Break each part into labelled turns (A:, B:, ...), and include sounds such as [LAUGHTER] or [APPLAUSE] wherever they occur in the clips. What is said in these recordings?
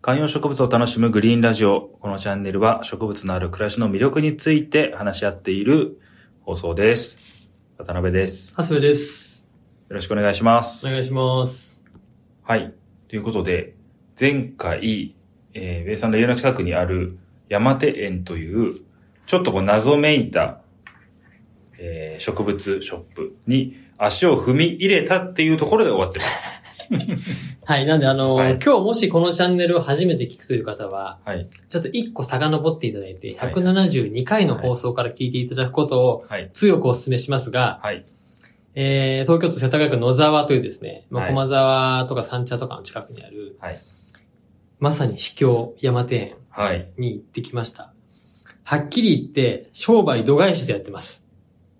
A: 観葉植物を楽しむグリーンラジオ。このチャンネルは植物のある暮らしの魅力について話し合っている放送です。渡辺です。
B: 長谷部です。
A: よろしくお願いします
B: お。願いします。
A: はい。ということで、前回、えー、ベイさんの家の近くにある山手園という、ちょっとこう謎めいた、えー植物ショップに足を踏み入れたっていうところで終わってます。
B: はい。なんで、あの、
A: はい
B: 今日もしこのチャンネルを初めて聞くという方は、
A: はい。
B: ちょっと1個遡っていただいて、
A: はい
B: 172回の放送から聞いていただくことを
A: はい。
B: 強くお勧めしますが、
A: はい。
B: えー、東京都世田谷区野沢というですね、まあ、
A: はい
B: 駒沢とか三茶とかの近くにある、
A: はい。
B: まさに秘境山庭園
A: はい。
B: に行ってきました。はっきり言って、商売度外視でやってます。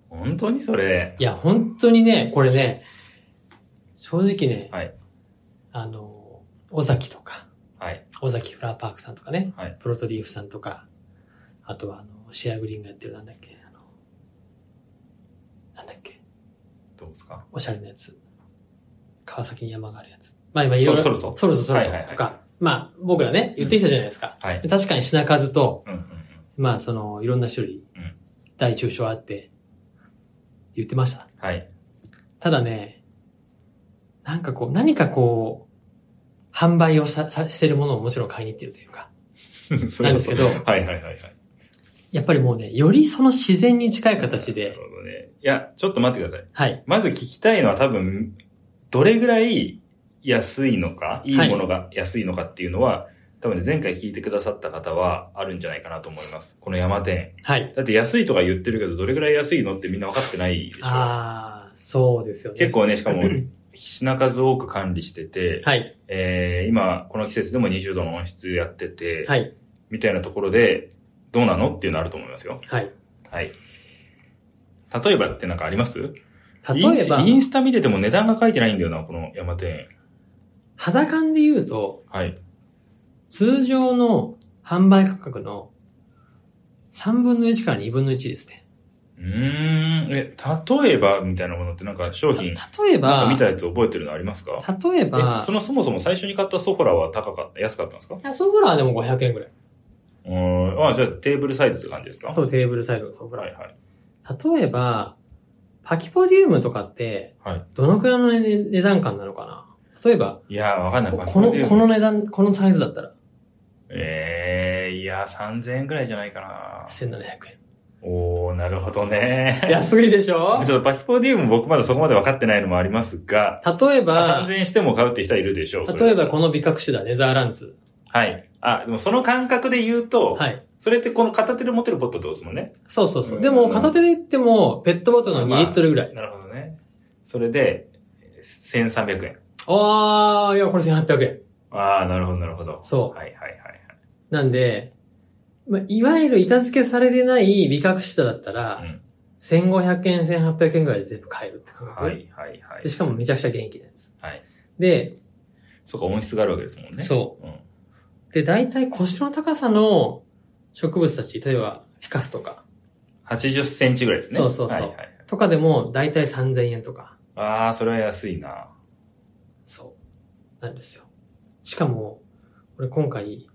A: 本当にそれ。
B: いや、本当にね、これね、正直ね、
A: はい。
B: あの、尾崎とか、
A: はい。
B: 尾崎フラワーパークさんとかね、
A: はい。
B: プロトリーフさんとか、あとはあの、シェアグリーンがやってるなんだっけ、あの、なんだっけ、
A: どうですか
B: おしゃれなやつ。川崎に山があるやつ。まあ今いろいろ、
A: そろそろ
B: そろそろそろそろ
A: はいはいはい
B: とか、まあ僕らね、言ってきたじゃないですか。
A: はい。
B: 確かに品数と、
A: うんうん
B: まあその、いろんな種類、
A: うん
B: 大中小あって、言ってました。
A: うん。はい。
B: ただね、なんかこう、何かこう、販売をささしてるものをもちろん買いに行ってるというか、
A: [LAUGHS] そ
B: なんですけど、
A: はいはいはいはい。
B: やっぱりもうね、よりその自然に近い形
A: な
B: で
A: る、ほどね。いや、ちょっと待ってください。
B: はい。
A: まず聞きたいのは多分、どれぐらい安いのか、いい
B: はい
A: ものが安いのかっていうのは、多分ね、前回聞いてくださった方はあるんじゃないかなと思います。この山店。
B: はい。
A: だって安いとか言ってるけど、どれぐらい安いのってみんな分かってないでしょ。
B: ああ、そうですよね。
A: 結構ね、し
B: [LAUGHS]
A: かも、品数多く管理してて、
B: はい。
A: えー、今、この季節でも20度の温室やってて、
B: はい。
A: みたいなところで、どうなのっていうのあると思いますよ。
B: はい。
A: はい。例えばってなんかあります
B: 例えば
A: インイ、ンスタ見てても値段が書いてないんだよな、この山店。
B: 肌感で言うと、
A: はい。
B: 通常の販売価格の3分の1から2分の1ですね。
A: うーん、え、例えばみたいなものってなんか商
B: た
A: 品、
B: 例
A: な
B: え
A: ん
B: ば
A: か見、たやつ覚えてるのありますか
B: 例えば
A: え、そ、のそもそも最初に買ったソファラは高かった、安かったんですか
B: あソフラーでも500円ぐらい。
A: うーん、あ、じゃあテーブルサイズって感じですか
B: そう、テーブルサイズのソフラー
A: はいはい。
B: 例えば、パキポディウムとかって
A: はい、
B: どのくらいの値値段感なのかな例えば、
A: いやー、わかんない。
B: こ
A: パキ
B: こ
A: パキ
B: の
A: で、
B: この値段、このサイズだったら、
A: えー、いやー、3000円ぐらいじゃないかな。
B: 1700
A: おー、なるほどね。
B: 円。安いでしょ
A: ちょっとパキポディウム僕まだそこまで分かってないのもありますが、
B: 例えば、
A: 3000円しても買うって人はいるでしょう。それ
B: 例えばこの美覚手だ、ネザーランズ。
A: はい。あ、でもその感覚で言うと、
B: はい。
A: それってこの片手で持てるポットってことですもんね。
B: そうそうそうう。
A: ん
B: でも、片手で言っても、ペットボトルの
A: まあ
B: 2リットルぐらい。
A: なるほどね。それで、えー1300円。
B: あー、いや、これ1800円。
A: ああ、なるほど、なるほど。
B: そう
A: はいはいはいはい。
B: なんで、まあ、いわゆる板付けされてない美覚手だったら、
A: うん
B: 1500円、1800円ぐらいで全部買えるって感覚。
A: はいはいはい
B: で、。しかもめちゃくちゃ元気なんです。
A: はい。
B: で、
A: そうか、音質があるわけですもんね。。
B: そう
A: うん。
B: う。で、大体腰の高さの植物たち、例えば、フィカスとか、
A: 80センチぐらいですね。
B: そうそうそ
A: は
B: う
A: いはいはい、
B: とかでも、大体3000円とか、
A: ああ、それは安いな。
B: そう。なんですよ。しかも、俺今回、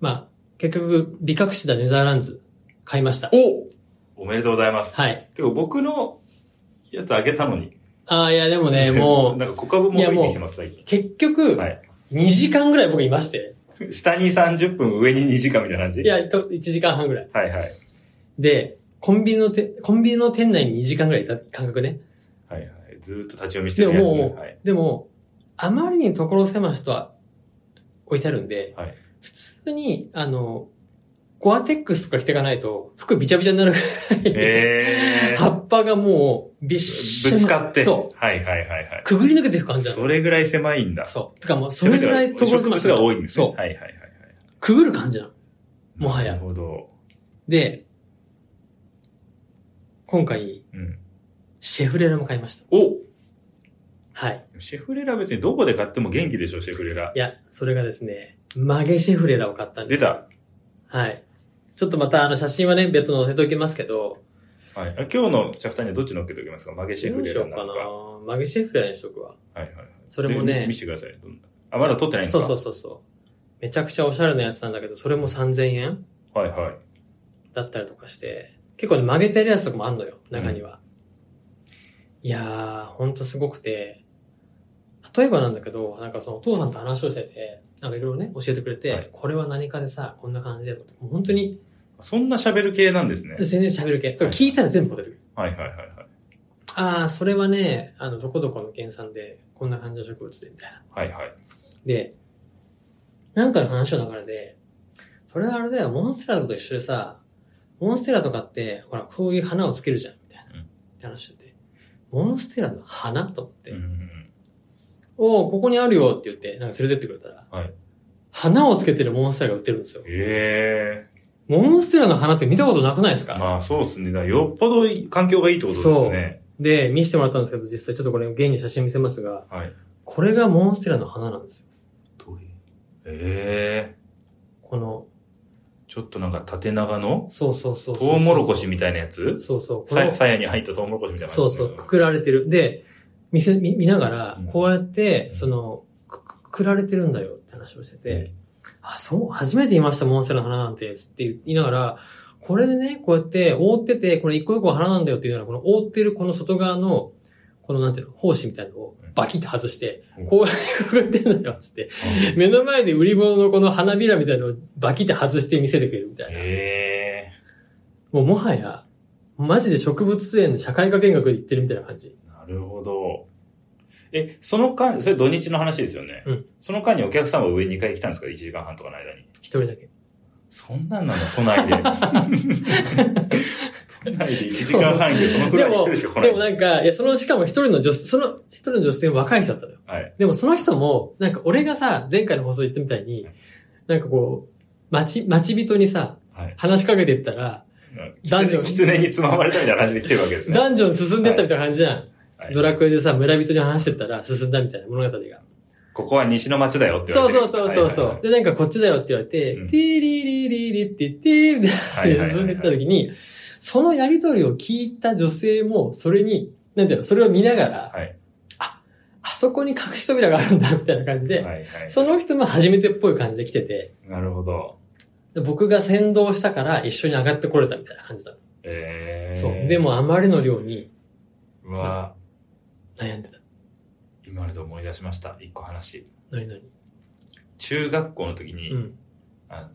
B: まあ、結局、美覚師だネザーランズ、買いました。
A: おおめでとうございます。
B: はい。
A: でも僕のやつあげたのに。
B: ああ、いや、で
A: [LAUGHS]
B: もね、もう、
A: なんか小株も
B: いや
A: 出
B: もう
A: てきてます、最近。
B: 結局、
A: はい。
B: 2時間ぐらい僕いまして。
A: 下に30分、上に2時間みたいな感じ
B: いや、と1時間半ぐらい。
A: はいはい。
B: で、コンビニのて、コンビニの店内に2時間ぐらいいた感覚ね。
A: はいはい。ずーっと立ち読みしてるやつ、
B: でももう
A: はい。
B: でも、あまりに所狭しとは置いてあるんで、
A: はい
B: 普通に、あの、ゴアテックスとか着ていかないと、服びちゃびちゃになるぐらい、
A: ええ
B: 葉っぱがもう、びっしょ
A: ぶ
B: り
A: つかって。
B: そう。
A: はいはいはいはい。
B: くぐり抜けていく感じなの。
A: それぐらい狭いんだ。
B: そう。てかもう、それぐらい
A: 植
B: 所狭
A: 物
B: しと
A: が多いんですね。
B: そう。
A: はいはいはいはい。
B: くぐる感じなの。もはや
A: なるほど。
B: で、今回、
A: うん。
B: シェフレラも買いました。
A: お
B: はい。
A: シェフレラ別にどこで買っても元気でしょ、シェフレラ。
B: いや、それがですね、曲げシェフレラを買ったんで
A: 出
B: すよ。
A: た。
B: はい。ちょっとまたあの写真はね、別途載せておきますけど、
A: はい。あ今日のチャプターにはどっち乗っけておきますか曲げシェ
B: ど
A: フ
B: う
A: レ
B: しよ
A: ラ
B: う
A: な
B: かな
A: のか。は。
B: 曲げシェフレラにしとくわ。
A: いはいはい。
B: それも
A: で
B: ね
A: 見、せてください。どんなあ、まだ取ってないんです
B: そう
A: か
B: そう
A: う
B: そうそう。めちゃくちゃおしゃれなやつなんだけど、それも3000円
A: そう。はいはい。
B: だったりとかして、結構ね、曲げてるやつとかもあんのよ、中には。いやー、ほんとすごくて、例えばなんだけど、なんかそのお父さんと話をしてて、なんかいろいろね、教えてくれて、
A: はい
B: これは何かでさ、こんな感じでとか、もう本当に
A: そんな喋る系なんですね。
B: 全然喋る系。とか聞いたら全部出てくる。
A: はいはいはいはい。
B: あー、それはね、あの、どこどこの原産で、こんな感じの植物で、みたいな。
A: はいはい。
B: で、なんかの話の流れで、それはあれだよ、モンステラとか一緒でさ、モンステラとかって、ほら、こういう花をつけるじゃん、みたいな
A: うん、
B: って話してて、モンステラの花と思って、
A: うんうんうん
B: おおここにあるよって言って、なんか連れてってくれたら、
A: はい
B: 花をつけてるモンステラが売ってるんですよ。
A: え
B: モンステラの花って見たことなくないです
A: え
B: か、
A: まあそうですね。だからよっぽどいい環境がいいってことですね。
B: で、見せてもらったんですけど、実際ちょっとこれ、現に写真見せますが、
A: はい。
B: これがモンステラの花なんですよ。
A: ええ
B: この、
A: ちょっとなんか縦長の
B: そうそうそうそうそう。
A: トウモロコシみたいなやつ
B: そうそう。この
A: ささやに入ったトウモロコシみたいな感じで
B: そう
A: す
B: そ
A: よ
B: う、くくられてる。で、見せ、見見ながら
A: うん、
B: こうやって、
A: うん
B: その、くくくくられてるんだよって話をしてて、
A: うん
B: あ、そう、初めて見ました、モンステラの花なんて、つって言いながら、これでね、こうやって覆ってて、これ一個一個花なんだよっていうような、この覆ってるこの外側の、このなんていうの、胞子みたいなのをバキッて外して
A: うん、
B: こうやってくくってんだよ、つって。目の前で売り物のこの花びらみたいなのをバキッて外して見せてくれるみたいな。
A: え
B: もうもはや、マジで植物園の社会科見学で行ってるみたいな感じ。
A: えなるほど。え、その間、それ土日の話ですよね。
B: うん
A: その間にお客さんは上2回来たんですか ?1 時間半とかの間に。
B: 一人だけ。
A: そんなんなの都
B: [LAUGHS]
A: 内で。都内で1時間半でそのぐらい一人しか来ない。
B: でもなんか、いや、その、しかも一人の女、その、一人の女性は若い人だったのよ。
A: はい
B: でもその人も、なんか俺がさ、前回の放送で言ったみたいに、なんかこう、待ち、待ち人にさ、
A: はい
B: 話しかけてったら、男女
A: 狐につままれたみたいな感じで来てるわけですね。
B: ダンジョン進んでったみたいな感じじゃん。
A: はい
B: ドラクエでさ、村人に話してったら進んだみたいな物語が。
A: ここは西の町だよって言
B: そ
A: わ
B: う
A: れて
B: そうそうそうそう、で、なんかこっちだよって言われて、
A: うん
B: ティーリリリリって、ティーみたいな
A: は
B: 感
A: い
B: じ
A: はいはい
B: で進んでった時に、そのやりとりを聞いた女性も、それに、なんていうの、それを見ながら、
A: はい
B: あそこに隠し扉があるんだ、みたいな感じ
A: は
B: で、
A: いはいはい
B: その人も初めてっぽい感じで来てて、
A: なるほど。
B: で僕が先導したから一緒に上がってこれたみたいな感じだ。
A: えー、
B: そう。で。もあまりの量に
A: うわ
B: 悩んでた。
A: 今まで思い出しました。一個話。
B: のりのり。
A: 中学校の時に、
B: うん。
A: あの、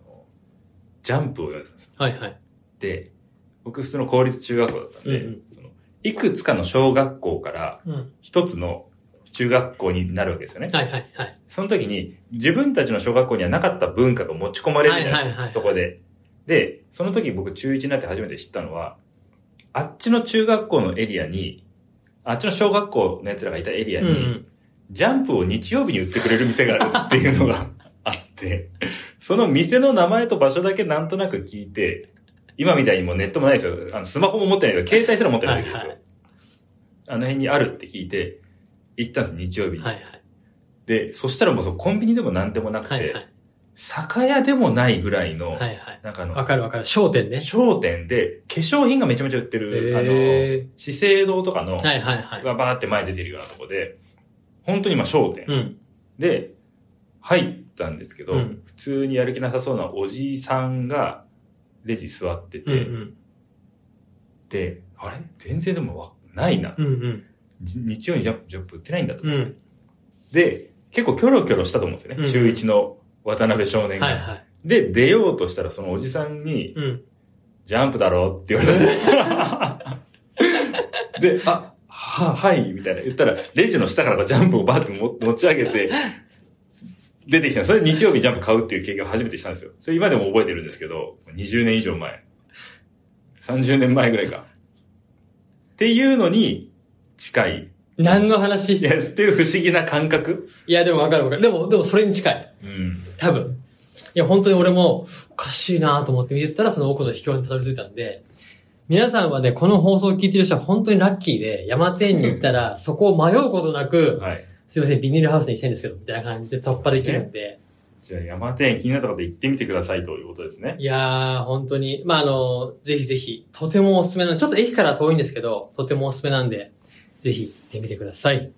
A: ジャンプをやってたんですよ。
B: はいはい。
A: で、僕普通の公立中学校だったんで、
B: うんうん
A: そのいくつかの小学校から
B: うん。
A: 一つの中学校になるわけですよね。
B: はいはいはい。
A: その時に自分たちの小学校にはなかった文化が持ち込まれるじゃないですか、
B: はいはいはい
A: そこで。で、その時僕中1になって初めて知ったのは、あっちの中学校のエリアに、あっちの小学校の奴らがいたエリア
B: うん
A: に、
B: うん。
A: ジャンプを日曜日に売ってくれる店があるっていうのが [LAUGHS] あって、その店の名前と場所だけなんとなく聞いて、今みたいにもうネットもないですよ。あのスマホも持ってないけど、携帯すら持ってないわけですよ。
B: はい
A: あの辺にあるって聞いて、行ったんです、日曜日に。
B: はいはい。
A: で、そしたらもうそのコンビニでも何でもなくて、
B: はいはい。
A: 酒屋でもないぐらいの、
B: はいはい。
A: なんかあの
B: わ、かるわかる。焦点ね。
A: 商店で化粧品がめちゃめちゃ売ってる、あの、
B: え
A: 資生堂とかの、
B: ー。はいはいはい。
A: がバーって前に出てるようなとこで、本当に今商店。
B: うん。
A: で、入ったんですけど、
B: うん
A: 普通にやる気なさそうなおじいさんが、レジ座ってて、
B: うんうん。
A: で、あれ全然でもわないな。
B: うんうん。
A: じ日曜にジャンプ、ジャンプ売ってないんだと。
B: うん。
A: で、結構キョロキョロしたと思うんですよね。
B: うん
A: 中1の渡辺少年が。
B: はいはい。
A: で、出ようとしたら、そのおじさんに、
B: うん。
A: ジャンプだろって言われて。で、あ、は、はい、みたいな言ったら、レジの下からジャンプをバーっても持ち上げて、出てきたのそれで日曜日にジャンプ買うっていう経験を初めてしたんですよ。それ今でも覚えてるんですけど、20年以上前。30年前ぐらいか。っていうのに近い。
B: 何の
A: い
B: 話
A: や、っていう不思議な感覚。
B: いや、でもわかるわかる。でも、でもそれに近い。
A: うん。
B: 多分。いや、本当に俺も、おかしいなと思って見てたら、その奥の秘境にたどり着いたんで、皆さんはね、この放送を聞いてる人は本当にラッキーで、山天に行ったら、そこを迷うことなく、
A: はい。
B: すいません、ビニールハウスに行きたいんですけど、みたいな感じで突破できるんで、
A: じゃあ、山店気になった方行ってみてくださいということですね。
B: いやー、本当に、まあ、あの、ぜひぜひ、とてもおすすめな、ちょっと駅から遠いんですけど、とてもおすすめなんで、ぜひ行ってみてください。